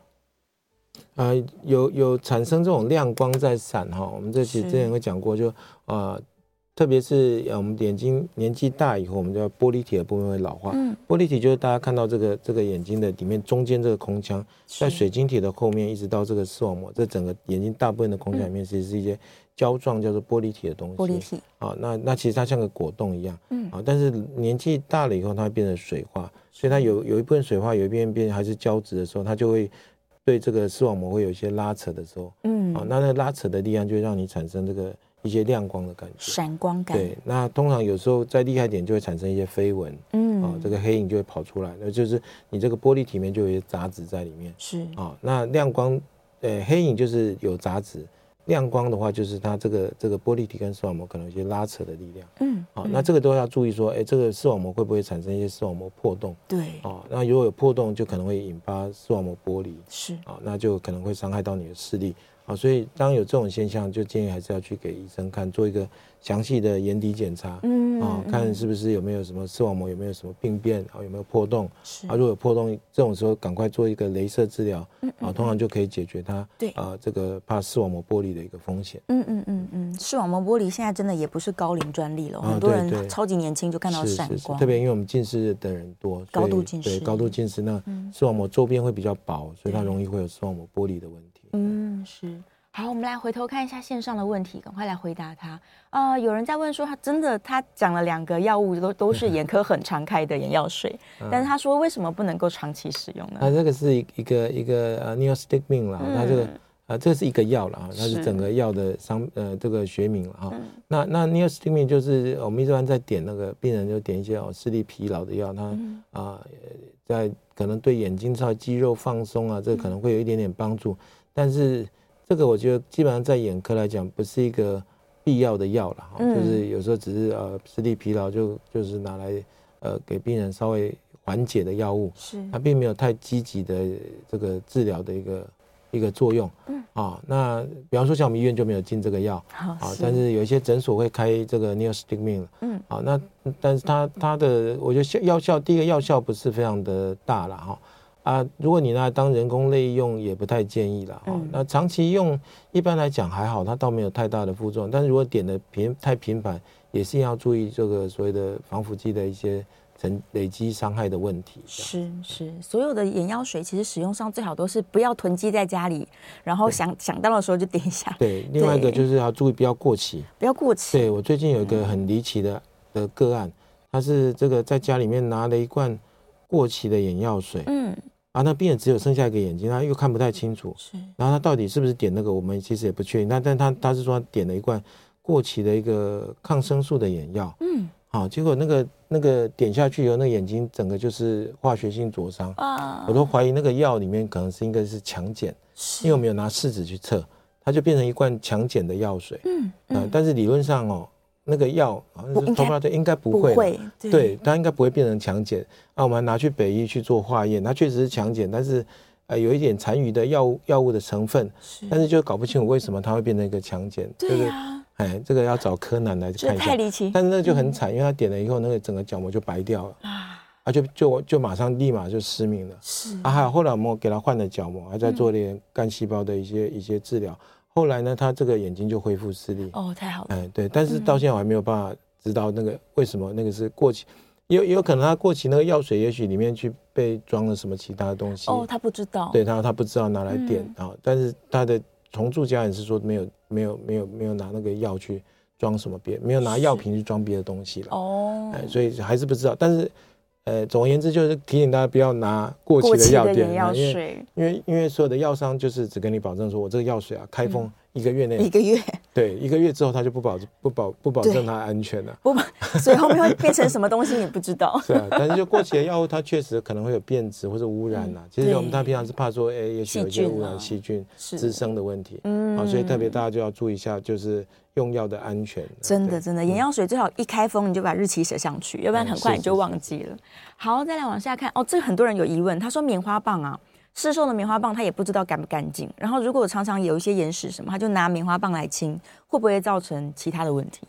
啊，有有产生这种亮光在闪哈，我们这期
是
之前会讲过就，呃，特别是呃我们眼睛年纪大以后，我们叫玻璃体的部分会老化。
嗯
玻璃体就是大家看到这个这个眼睛的里面中间这个空腔，在
是
水晶体的后面一直到这个视网膜，这整个眼睛大部分的空腔里面其实是一些胶状叫做玻璃体的东西。
玻璃体，
啊，那那其实它像个果冻一样，
嗯
啊，但是年纪大了以后，它会变成水化，所以它有有一部分水化，有一部分变还是胶质的时候，它就会对这个视网膜会有一些拉扯的时候，啊，
嗯，
那那个拉扯的力量就会让你产生这个一些亮光的感觉。
闪光感，
对，那通常有时候再厉害一点就会产生一些飞蚊啊，
嗯，
这个黑影就会跑出来，那就是你这个玻璃体面就有一些杂质在里面。
是
啊，那亮光，呃，黑影就是有杂质，亮光的话就是它这个这个玻璃体跟视网膜可能有一些拉扯的力量。
嗯，
啊，那这个都要注意说，哎，这个视网膜会不会产生一些视网膜破洞？
对，
啊，那如果有破洞，就可能会引发视网膜剥离，
是
啊，那就可能会伤害到你的视力。啊，所以当有这种现象，就建议还是要去给医生看，做一个详细的眼底检查。
嗯
啊，看是不是有没有什么视网膜有没有什么病变啊，有没有破洞，
是
啊，如果有破洞，这种时候赶快做一个镭射治疗，啊，通常就可以解决它
嗯对
啊这个怕视网膜剥离的一个风险。
嗯嗯嗯嗯，视网膜玻璃现在真的也不是高龄专利了，
啊
很多
对对
人超级年轻就看到
是
闪
是是，
光，
特别因为我们近视的人多，
高度
所以
近视嗯
对高度近嗯视，那视网膜周边会比较薄，所以它容易会有视网膜剥离的问题。
嗯，是。好，我们来回头看一下线上的问题，赶快来回答他。呃，有人在问说，他真的他讲了两个药物都都是眼科很常开的眼药
[laughs]
水，
嗯
但是他说为什么不能够长期使用
它
呢？
这个是一一个一个呃 neostigmine 啦，它这个
啊嗯
呃这个是一个药了啊，它
是嗯
是整个药的商呃这个学名了啊。那那 neostigmine 就是我们一般在点那个病人就点一些哦视力疲劳的药，它
嗯
啊、呃在可能对眼睛上肌肉放松
嗯
啊，这个可能会有一点点帮助，但是这个我觉得基本上在眼科来讲不是一个必要的药了，哦
嗯
就是有时候只是呃视力疲劳就就是拿来呃给病人稍微缓解的药物。
是，
它并没有太积极的这个治疗的一个一个作用。嗯，啊、那比方说像我们医院就没有进这个药，
好
啊，但是有一些诊所会开这个 neostigmine，
嗯，
啊，那但是它它的我觉得效药效第一个药效不是非常的大了哈。啊，如果你拿来当人工泪用，也不太建议了哈、
嗯
那长期用，一般来讲还好，它倒没有太大的副作用。但是如果点的频太频繁，也是要注意这个所谓的防腐剂的一些成累积伤害的问题。这样
是是，所有的眼药水其实使用上最好都是不要囤积在家里，然后想想到的时候就点一下，
对，另外一个
对
就是要注意不要过期。
不要过期。
对我最近有一个很离奇的的个案，他是这个在家里面拿了一罐过期的眼药水
嗯，
啊，那病人只有剩下一个眼睛，他又看不太清楚，
是
然后他到底是不是点那个，我们其实也不确定。那但他他是说他点了一罐过期的一个抗生素的眼药，
嗯
好、结果那个那个点下去以后，那个眼睛整个就是化学性灼伤，
啊
我，都怀疑那个药里面可能是应该是强碱。
是
因为我们有拿试纸去测，它就变成一罐强碱的药水。
嗯
呃但是理论上哦，那个药好像
不应
是
该
头发对应该不
不
会啦，
会，
对，它应该不会变成强碱。那、我们还拿去北医去做化验，它确实是强碱，但是呃有一点残余的药物药物的成分，但是就搞不清楚为什么它会变成一个强碱。
嗯对
就是
呀，
哎，这个要找柯南来
这嗯
看一
太
下。
离奇
但是那个就很惨，因为他点了以后，那个整个角膜就白掉了啊，就就就马上立马就失明了。
是
啊，还有后来我们给他换了角膜，还在做点干细胞的一
嗯
些一些治疗。后来呢，他这个眼睛就恢复视力。
哦，太好了，
哎，对，但是到现在我还没有办法知道那个为什么那个是过期，也有也有可能他过期那个药水，也许里面去被装了什么其他的东西。
哦，他不知嗯道，
对他他不知道拿来点啊、但是他的同住家人是说没有没有没有没有拿那个药去装什么别，没有拿药瓶去装别的东西了。
哦，
哎，所以还是不知道。但是，呃，总而言之就是提醒大家不要拿过期
过
的
期
药
的
店
眼，药
因为
水
因为因为所有的药商就是只跟你保证说我这个药水啊开封一个月内，
嗯一个月。
对，一个月之后他就不保不保不保
对
证它安全了、。
不，所以后面会变成什么东西你不知道
是啊，但是就过期的药物，它确实可能会有变质或者污染呐、其实我们
嗯对
大家平常是怕说，哎、也许有一
细
些
菌啊
污染细菌
是
滋生的问题，
嗯
啊，所以特别大家就要注意一下，就是用药的安全。啊
真
对
的真的，眼药水最好一开封你就把日期写上去，要不然
嗯
很快
是
你就是忘
是
记了。好，再来往下看哦，这个很多人有疑问，他说棉花棒啊，市售的棉花棒他也不知道干不干净，然后如果常常有一些眼屎什么，他就拿棉花棒来清，会不会造成其他的问题？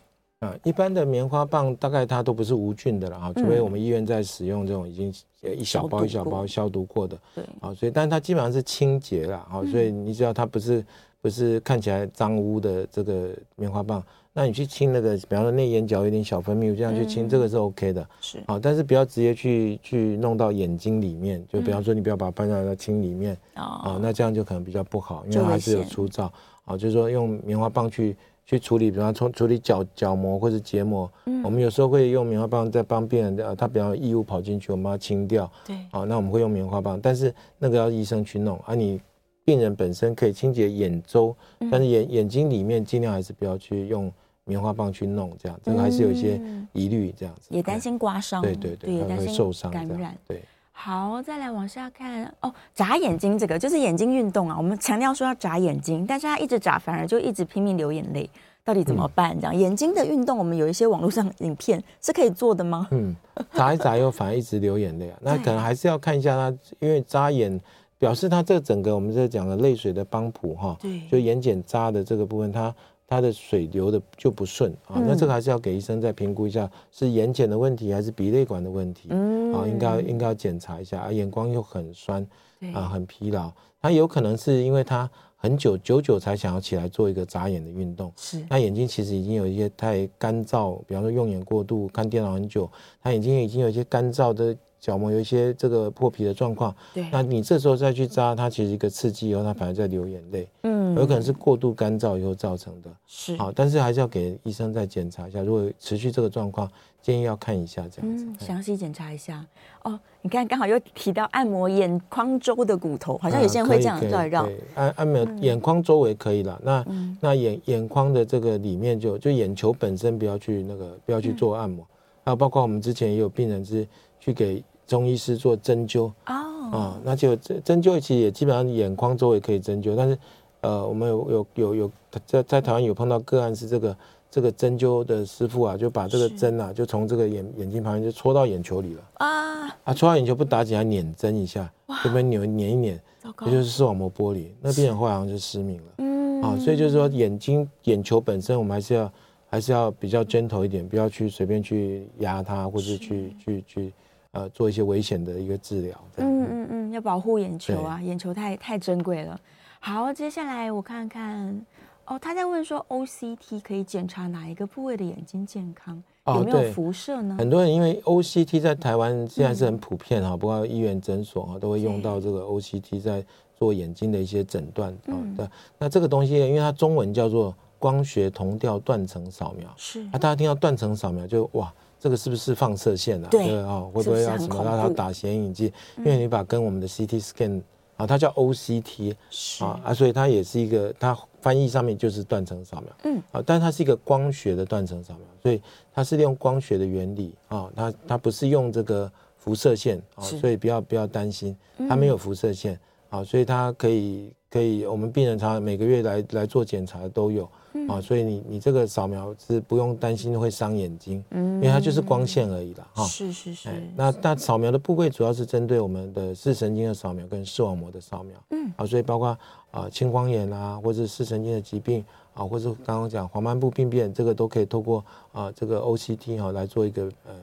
啊，一般的棉花棒大概它都不是无菌的了啊，除非我们医院在使用这种已经呃一
嗯消
小包
毒
一小
过
包消毒过的
对，
啊，所以但它基本上是清洁啦啊，所
嗯
以你只要它不是不是看起来脏污的这个棉花棒，那你去清那个，比方说内眼角有点小分泌物，这样去清、这
嗯
个是 OK 的
是
啊，但是不要直接去去弄到眼睛里面，就
嗯
比方说你不要把它搬到到清里面，
啊，
哦，那这样就可能比较不好，因
就
为它
危
还是有
险
粗糙。啊，就是说用棉花棒去去处理，比方说处理角角膜或者结膜，
嗯
我们有时候会用棉花棒在帮病人的，呃，他比方有异物跑进去，我们要清掉。
对
啊，那我们会用棉花棒，但是那个要医生去弄啊，你。病人本身可以清洁眼周，
嗯
但是眼眼睛里面尽量还是不要去用棉花棒去弄，这样这个还是有一些
嗯
疑虑，这样子
也担
哎
心刮伤，
对对对，
也
可能
担
会
心
受伤这
感
样
染。
对。
好，再来往下看哦，眨眼睛这个就是眼睛运动啊，我们强调说要眨眼睛，但是他一直眨，反而就一直拼命流眼泪，到底怎么办？这样、眼睛的运动，我们有一些网络上影片是可以做的吗？
嗯，眨一眨又反而一直流眼泪啊，那
对
可能还是要看一下他，因为眨眼表示他这整个我们在讲的泪水的帮浦哈，
对
就眼睑眨的这个部分，它它的水流的就不顺啊，
嗯
那这个还是要给医生再评估一下，是眼睑的问题还是鼻泪管的问题，
嗯
啊，应该要应该要检查一下啊，眼光又很酸
对
啊，很疲劳，他有可能是因为他很久久久才想要起来做一个眨眼的运动，
是
那眼睛其实已经有一些太干燥，比方说用眼过度、看电脑很久，他眼睛已经有一些干燥的角膜有一些这个破皮的状况，
对，
那你这时候再去扎，它其实一个刺激以后，它反而在流眼泪，
嗯
有可能是过度干燥以后造成的。
是
好，但是还是要给医生再检查一下，如果持续这个状况，建议要看一下这样子
嗯，。
哎
详细检查一下哦。你看，刚好又提到按摩眼眶周的骨头，好像有些人
嗯
会
可以
这样绕一绕嗯
可以。可以按按没有眼眶周围可以了。那那眼眼眶的这个里面就就眼球本身不要去那个不要去做按摩，
嗯
还有包括我们之前也有病人是去给中医师做针灸
哦，
啊，那就针针灸其实也基本上眼眶周围可以针灸，但是呃，我们有有有有在在台湾有碰到个案是这个。这个针灸的师傅啊，就把这个
是
针啊，就从这个眼眼睛旁边就戳到眼球里了。
啊，
啊，戳到眼球不打紧，还捻针一下，这边扭捻一捻，
糟糕
也，就是视网膜剥离，那病人后来好像就失明了。
嗯
啊，所以就是说眼睛眼球本身，我们还是要还是要比较 gentle 一点，不要去随便去压它，或是去去去呃做一些危险的一个治疗。这样
嗯嗯嗯，要保护眼球啊，眼球太太珍贵了。好，接下来我看看哦，他在问说 OCT 可以检查哪一个部位的眼睛健康，
哦
有没有
对
辐射呢？
很多人因为 OCT 在台湾现在是很普遍
嗯
哈，包括医院诊所哈都会用到这个 OCT 在做眼睛的一些诊断啊
嗯。
对，那这个东西因为它中文叫做光学同调断层扫描。
是
啊，大家听到断层扫描就哇，这个是不是放射线啊？
对
啊，会
是不
不会
是
要
很
什么
恐
让它
怖嗯
打显影剂？因为你把跟我们的 CT scan 啊，它叫 OCT
是
啊啊，所以它也是一个，它翻译上面就是断层扫描，
嗯
啊，但它是一个光学的断层扫描，所以它是利用光学的原理啊，它它不是用这个辐射线啊，
是嗯
所以不要不要担心，它没有辐射线啊，所以它可以可以，我们病人常常每个月来来做检查的都有。
嗯
啊，所以你你这个扫描是不用担心会伤眼睛，
嗯
因为它就是光线而已啦，哈、
是是是，
哎，那那扫描的部位主要是针对我们的视神经的扫描跟视网膜的扫描，
嗯
啊，所以包括啊、呃青光眼啊，或者视神经的疾病啊，或者刚刚讲黄斑部病变，这个都可以透过啊、这个 OCT 哈、来做一个呃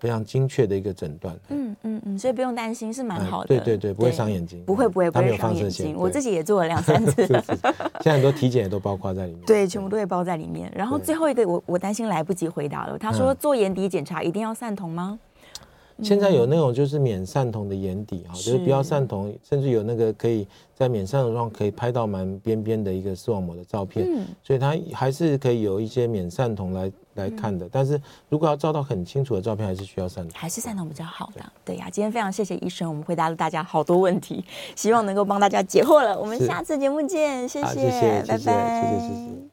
非常精确的一个诊断，
嗯嗯嗯，所以不用担心，是蛮
哎
好的。
对对对，不会伤眼睛，
不会不会不
它没
会
有
伤
放
眼
射线
睛，，我
对
自己也做了两三次
[laughs] 是。是是现在很多体检也都包括在里面，
[laughs] 对，全部都会包在里面。然后
对
最后一个，我我担心来不及回答了。他说
嗯
做眼底检查一定要散瞳吗？
现在有那种就是免散瞳的眼底哈，就是是不要散瞳，甚至有那个可以在免散瞳上可以拍到蛮边边的一个视网膜的照片，
嗯
所以它还是可以有一些免散瞳来来看的。但是如果要照到很清楚的照片，还是需要散瞳。
还是散瞳比较好的。对呀、今天非常谢谢医生，我们回答了大家好多问题，希望能够帮大家解惑了。我们
是
下次节目见，谢
啊好，谢谢，谢谢，
拜拜，
谢谢，谢谢。